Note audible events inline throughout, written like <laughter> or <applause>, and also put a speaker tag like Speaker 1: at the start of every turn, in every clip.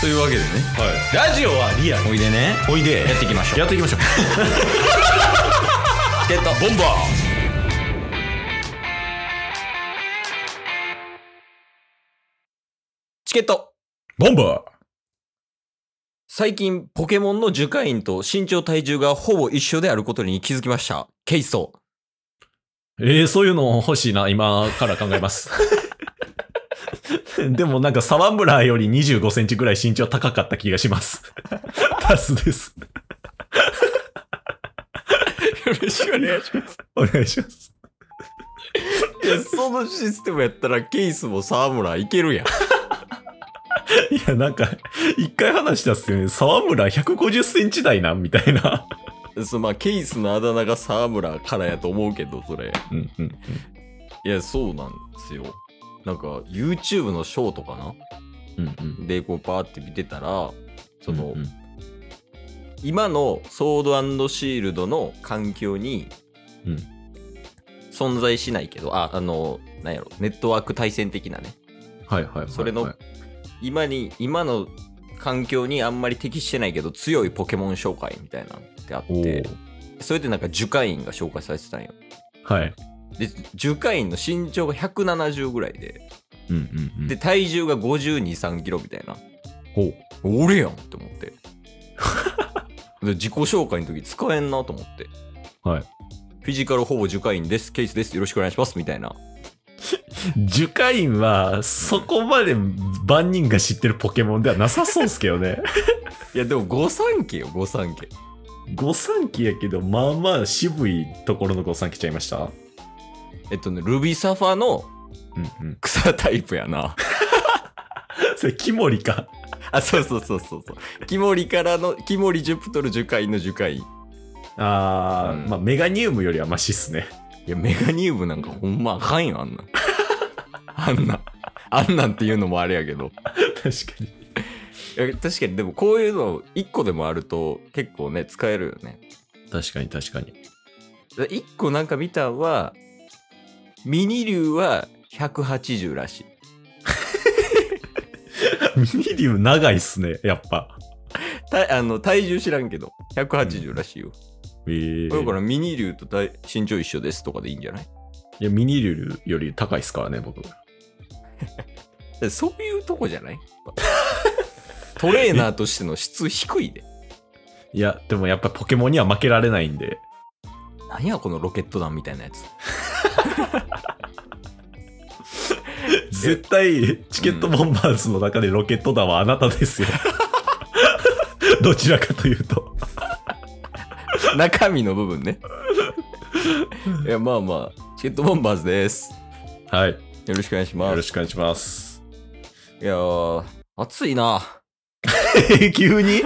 Speaker 1: というわけでね
Speaker 2: ラジオはリアル
Speaker 1: おいでね
Speaker 2: おいで
Speaker 1: やっていきましょう
Speaker 2: やってい
Speaker 1: <laughs>
Speaker 2: きましょう
Speaker 1: チケットボンバーチケット
Speaker 2: ボンバ
Speaker 1: 最近ポケモンの樹海員と身長体重がほぼ一緒であることに気づきましたケイソー
Speaker 2: ーえー、そういうの欲しいな今 <laughs> から考えます
Speaker 1: <laughs>
Speaker 2: でもなんか沢村より25センチぐらい身長高かった気がします
Speaker 1: <laughs>
Speaker 2: タスです
Speaker 1: よろしくお願いします
Speaker 2: お願いします
Speaker 1: いやそのシステムやったらケイスも沢村いけるやん
Speaker 2: <laughs> いやなんか一回話したっすよね沢村150センチ台なんみたいな
Speaker 1: そうまあケイスのあだ名が沢村からやと思うけどそれ
Speaker 2: うんうん
Speaker 1: いやそうなんですよなんか YouTube のショーとか
Speaker 2: うんうん
Speaker 1: なでこうパーって見てたらその、
Speaker 2: うんうん
Speaker 1: 今のソードシールドの環境に
Speaker 2: うん
Speaker 1: 存在しないけど、ああのなんやろネットワーク対戦的なね
Speaker 2: はいはいはいはい
Speaker 1: それの今に今の環境にあんまり適してないけど強いポケモン紹介みたいなのってあっ
Speaker 2: おお
Speaker 1: てそれでなんか樹海員が紹介されてたんよ
Speaker 2: はい
Speaker 1: で樹海員の身長が170ぐらいで
Speaker 2: うんうんうん
Speaker 1: で体重が5 2 3キロみたいな
Speaker 2: ほう
Speaker 1: 俺やんって思って <laughs> で自己紹介の時使えんなと思って
Speaker 2: はい
Speaker 1: フィジカルほぼ樹海員ですケイスですよろしくお願いしますみたいな
Speaker 2: 樹海員はそこまで万人が知ってるポケモンではなさそうですけどね <laughs>
Speaker 1: いやでも御三家よ御三家
Speaker 2: 御三家やけどまあまあ渋いところの御三家ちゃいました
Speaker 1: えっとねルビサファの
Speaker 2: うん <laughs> うん
Speaker 1: 草タイプやな
Speaker 2: それキモリか
Speaker 1: あ、そうそうそうそうそう。キモリからの、キモリジュプトル樹海の樹海。い
Speaker 2: あー、
Speaker 1: うん
Speaker 2: まあメガニウムよりはマシっすね <laughs>
Speaker 1: や、メガニウムなんかほんまあかんよ、あんなん。あんなん。あんなんっていうのもあれやけど。
Speaker 2: 確かに
Speaker 1: いや確かに、でもこういうの1個でもあると結構ね、使えるよね。
Speaker 2: 確かに確かに
Speaker 1: 1個なんか見たんは、ミニ竜は180らしい。
Speaker 2: <laughs> ミニリウム長いっすねやっぱ
Speaker 1: たあの体重知らんけど、180らしいよ。
Speaker 2: えー、
Speaker 1: だからミニ竜と体身長一緒ですとかでいいんじゃない
Speaker 2: いやミニリウムより高いっすからね僕
Speaker 1: でそういうとこじゃない <laughs> トレーナーとしての質低いで。
Speaker 2: いやでもやっぱポケモンには負けられないんで
Speaker 1: 何やこのロケット弾みたいなやつ。
Speaker 2: 絶対チケットボンバーズの中でロケット弾はあなたです <laughs> よどちらかというと
Speaker 1: 中身の部分
Speaker 2: <laughs>
Speaker 1: ね。いや、まあまあ、チケットボンバーズです。
Speaker 2: はい
Speaker 1: よろしくお願いしま
Speaker 2: よろ
Speaker 1: す。
Speaker 2: しくお願いします
Speaker 1: いやー、暑いな。
Speaker 2: <laughs>
Speaker 1: <laughs>
Speaker 2: 急に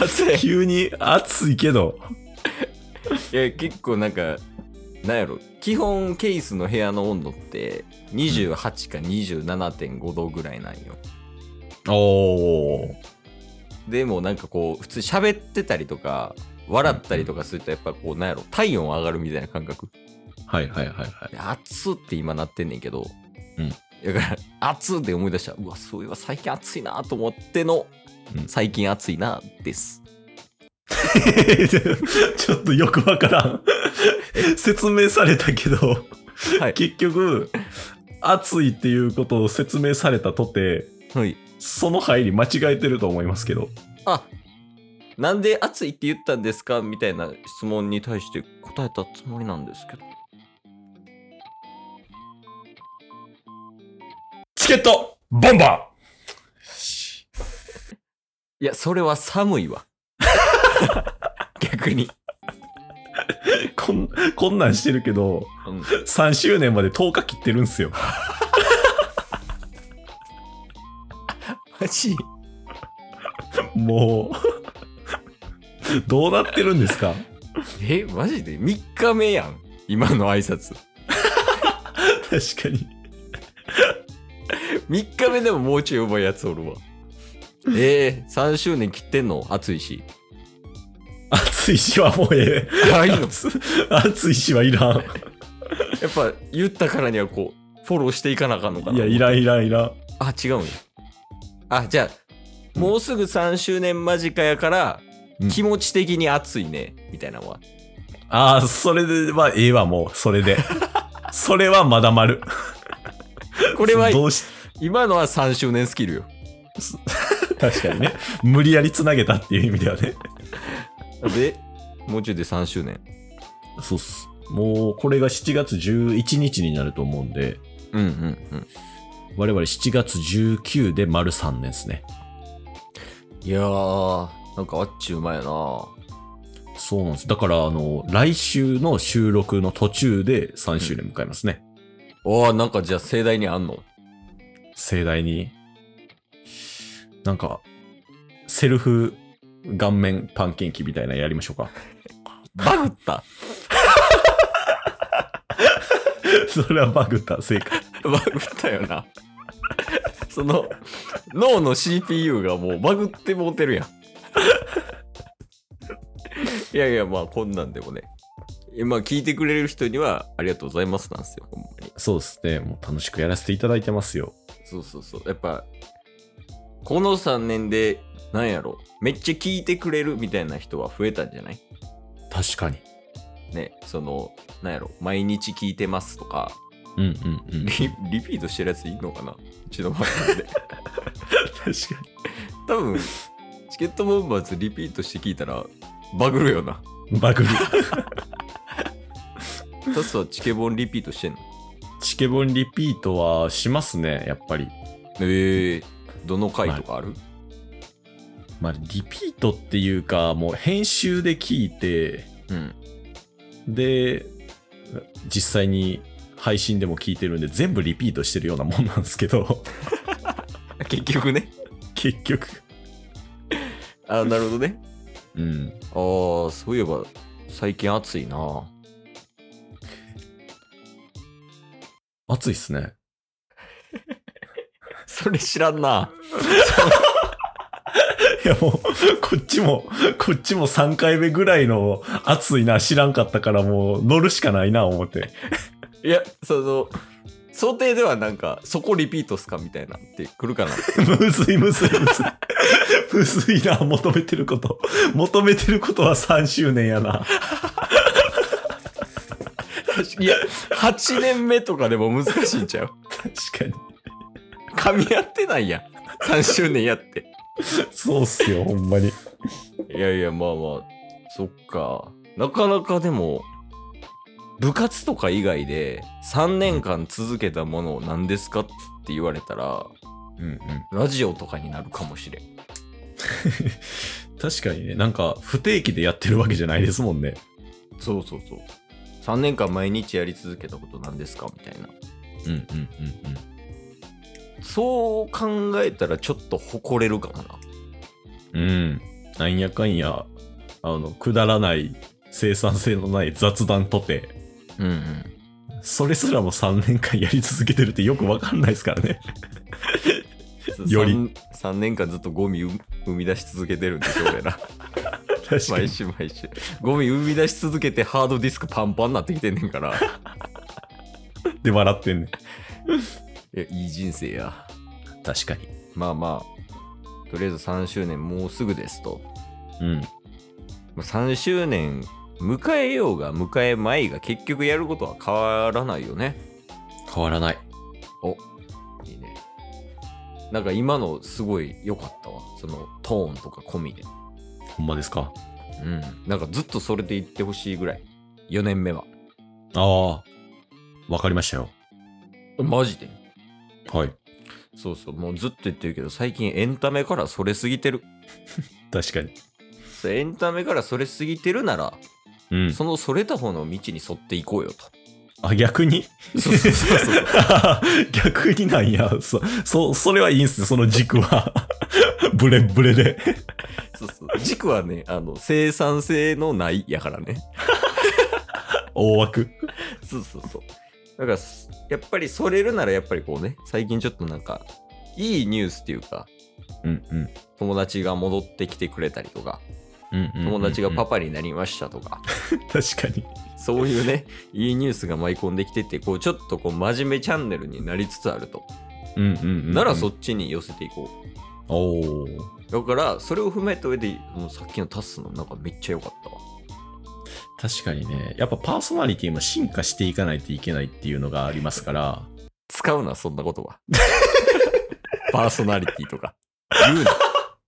Speaker 1: 暑い。い
Speaker 2: 急に暑いけど
Speaker 1: や、結構なんか、なんやろ、基本ケースの部屋の温度って28か27.5度ぐらいなんよ。
Speaker 2: おお
Speaker 1: でもなんかこう、普通喋ってたりとか、笑ったりとかするとやっぱこう、なんやろ、体温上がるみたいな感覚。
Speaker 2: はいはいはいはい
Speaker 1: で暑って今なってんねんけど、
Speaker 2: うん
Speaker 1: だから暑って思い出したうわそういえば最近暑いなと思っての、
Speaker 2: うん
Speaker 1: 最近暑いなです
Speaker 2: <laughs> ちょっとよくわからん説明されたけど、
Speaker 1: はい
Speaker 2: 結局暑いっていうことを説明されたとて
Speaker 1: はい
Speaker 2: その入り間違えてると思いますけど
Speaker 1: あなんで暑いって言ったんですかみたいな質問に対して答えたつもりなんですけど
Speaker 2: チケットボンバー
Speaker 1: いやそれは寒い <laughs> わ逆に、
Speaker 2: こんこんなんしてるけど
Speaker 1: うん
Speaker 2: 3周年まで10日切ってるんすよ
Speaker 1: マジ
Speaker 2: もうどうなってるんですか
Speaker 1: えマジで3日目やん今の挨拶
Speaker 2: 確かに
Speaker 1: 3日目でももうちょい上手いやつおるわえー、3周年切ってんの暑いし
Speaker 2: 暑いしはもうええ
Speaker 1: あいいの
Speaker 2: 暑暑いしはいらん
Speaker 1: やっぱ言ったからにはこうフォローしていかなあかんのかない
Speaker 2: やいらんいらんいらん
Speaker 1: あ違うんやあじゃあもうすぐ3周年間近やから
Speaker 2: うん
Speaker 1: 気持ち的に熱いねみたいなのは
Speaker 2: ああ、それではええわ、もう、それで。それはまだ丸。
Speaker 1: これは
Speaker 2: どうし、
Speaker 1: 今のは3周年スキルよ
Speaker 2: 確かにね。無理やりつなげたっていう意味ではね。
Speaker 1: でもうちょいで3周年
Speaker 2: そうっす。もう、これが7月11日になると思うんで、
Speaker 1: うんうんうん
Speaker 2: 我々7月19で丸3年ですね。
Speaker 1: いやーなんかあっちゅうまやな
Speaker 2: そうなんです。だから、あの、来週の収録の途中で3周年迎えますね。
Speaker 1: おーなんかじゃあ盛大にあんの
Speaker 2: 盛大に。なんか、セルフ顔面パンケーキみたいなのやりましょう <laughs> か。
Speaker 1: バグった
Speaker 2: それはバグった、正解。
Speaker 1: バグったよなその脳の CPU がもうバグってもうてるやんいやいやまあこんなんでもねえまあ聞いてくれる人にはありがとうございますなんですよほんまに
Speaker 2: そうですね。もう楽しくやらせていただいてますよ。
Speaker 1: そうそうそうやっぱこの3年でなんやろめっちゃ聞いてくれるみたいな人は増えたんじゃない
Speaker 2: 確かに。
Speaker 1: ねそのなんやろ毎日聞いてますとか <laughs>
Speaker 2: うんうんうん。
Speaker 1: リリピートしてるやついんのかなうちの番 <laughs> 組で
Speaker 2: <laughs> 確か
Speaker 1: 多分チケットボンバーズリピートして聞いたらバグるよな
Speaker 2: に。バグる。
Speaker 1: タスはチケボンリピートしてんの
Speaker 2: チケボンリピートはしますね、やっぱり。
Speaker 1: ええどの回とかある、
Speaker 2: まあ、リピートっていうか、もう編集で聞いて、
Speaker 1: うん
Speaker 2: で、実際に配信でも聞いてるんで、全部リピートしてるようなもんなんですけど、
Speaker 1: <laughs>
Speaker 2: <laughs>
Speaker 1: 結局ね
Speaker 2: 結局。
Speaker 1: あなるほどね
Speaker 2: うん。
Speaker 1: ああそういえば最近暑いな
Speaker 2: 熱いっすね。
Speaker 1: <laughs> それ知らんない
Speaker 2: やもう、こっちも、こっちも3回目ぐらいの熱いな、知らんかったからもう乗るしかないな、思って。 <laughs>
Speaker 1: いやその想定ではなんかそこリピートっすかみたいなってくるか <laughs> な
Speaker 2: むずいむずいむずい。 <laughs> むずいな、求めてること。求めてることは3周年やな。
Speaker 1: いや8年目とかでも難しいんちゃう
Speaker 2: 確か
Speaker 1: 噛み合ってないやん3周年やって
Speaker 2: に。そうっすよ、ほんまに。
Speaker 1: いやいや、まあまあ、そっか。なかなかでも、部活とか以外で3年間続けたものを何ですかって言われたら、
Speaker 2: うんうん。
Speaker 1: ラジオとかになるかもしれん。
Speaker 2: 確かにね、なんか不定期でやってるわけじゃないですもんね。
Speaker 1: そうそうそう。3年間毎日やり続けたこと何ですかみたいな。
Speaker 2: うんうんうんうん。
Speaker 1: そう考えたらちょっと誇れるかもな。
Speaker 2: うん。なんやかんや、あの、くだらない、生産性のない雑談とて、
Speaker 1: うんうん。
Speaker 2: それすらも3年間やり続けてるってよくわかんないですから <laughs> ね。より
Speaker 1: 3。3年間ずっとゴミ生生み出し続けてるんでしょうやな。
Speaker 2: 確か
Speaker 1: 毎
Speaker 2: に。
Speaker 1: 週毎週ゴミ生み出し続けてハードディスクパンパンになってきてんねんから
Speaker 2: で笑ってんね。
Speaker 1: いやいい人生や
Speaker 2: 確かに。
Speaker 1: まあまあとりあえず3周年もうすぐですと
Speaker 2: うん。
Speaker 1: まあ3周年迎えようが迎えまいが結局やることは変わらないよね
Speaker 2: 変わらない。
Speaker 1: いいねなんか今のすごい良かったわそのトーンとか込みで
Speaker 2: ほんまですか
Speaker 1: うんなんかずっとそれでいってほしいぐらい4年目は
Speaker 2: ああ、わかりましたよ。
Speaker 1: マジで
Speaker 2: はい。
Speaker 1: そうそうもうずっと言ってるけど最近エンタメからそれすぎてる
Speaker 2: 確かに。
Speaker 1: そうエンタメからそれ過ぎてるなら、
Speaker 2: うん。
Speaker 1: そのそれた方の道に沿っていこ
Speaker 2: <laughs>
Speaker 1: うよと。
Speaker 2: あ、逆に <laughs>
Speaker 1: そうそうそうそう。
Speaker 2: 逆になんや。そ、そ、それはいいんすね、その軸は。 <laughs> ブレブレで。
Speaker 1: そうそう軸はね、あの、生産性のないやからね。
Speaker 2: 大枠。
Speaker 1: そうそうそう。だから、すやっぱりそれるならやっぱりこうね、最近ちょっとなんか、いいニュースっていうか、
Speaker 2: うんうん。
Speaker 1: 友達が戻ってきてくれたりとか、
Speaker 2: うんうん
Speaker 1: 友達がパ
Speaker 2: パ。
Speaker 1: パになりましたとか、
Speaker 2: 確かに。
Speaker 1: そういうね、いいニュースが舞い込んできてて、こう、ちょっとこう、真面目チャンネルになりつつあると。
Speaker 2: うんうん、うん。
Speaker 1: ならそっちに寄せていこう。
Speaker 2: おお。
Speaker 1: だからそれを踏まえた上でもうさっきのタスのなんかめっちゃ良かったわ
Speaker 2: 確かにね、やっぱパーソナリティも進化していかないといけないっていうのがありますから、
Speaker 1: 使うなそんな言葉 <laughs> パーソナリティとか言うな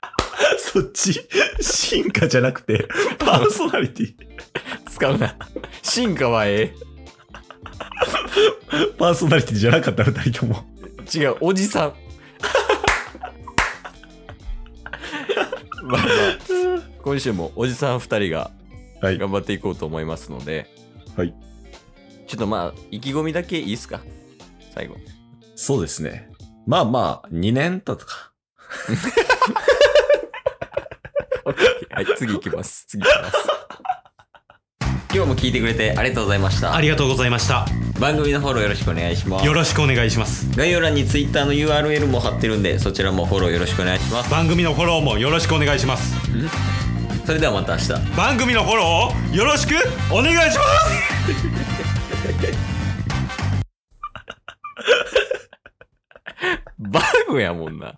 Speaker 2: <laughs> そっち、進化じゃなくて、パーソナリティ。
Speaker 1: 使うな進化はえ
Speaker 2: パーソナリティじゃなかった二人とも。
Speaker 1: え違うおじさんまあまあ今週もおじさん2人が
Speaker 2: はい。
Speaker 1: 頑張っていこうと思いますので、
Speaker 2: はい
Speaker 1: ちょっとまあ意気込みだけいいっすか最後
Speaker 2: そうですね。まあまあ、2年経ったか。
Speaker 1: はい次行きます次行きます今日も聞いてくれてありがとうございました
Speaker 3: ありがとうございました。
Speaker 1: 番組のフォローよろしくお願いします
Speaker 3: よろしくお願いします。
Speaker 1: 概要欄に Twitter の URL も貼ってるんでそちらもフォローよろしくお願いします
Speaker 3: 番組のフォローもよろしくお願いします。
Speaker 1: それではまた明日
Speaker 3: 番組のフォローをよろしくお願いします
Speaker 1: バグやもんな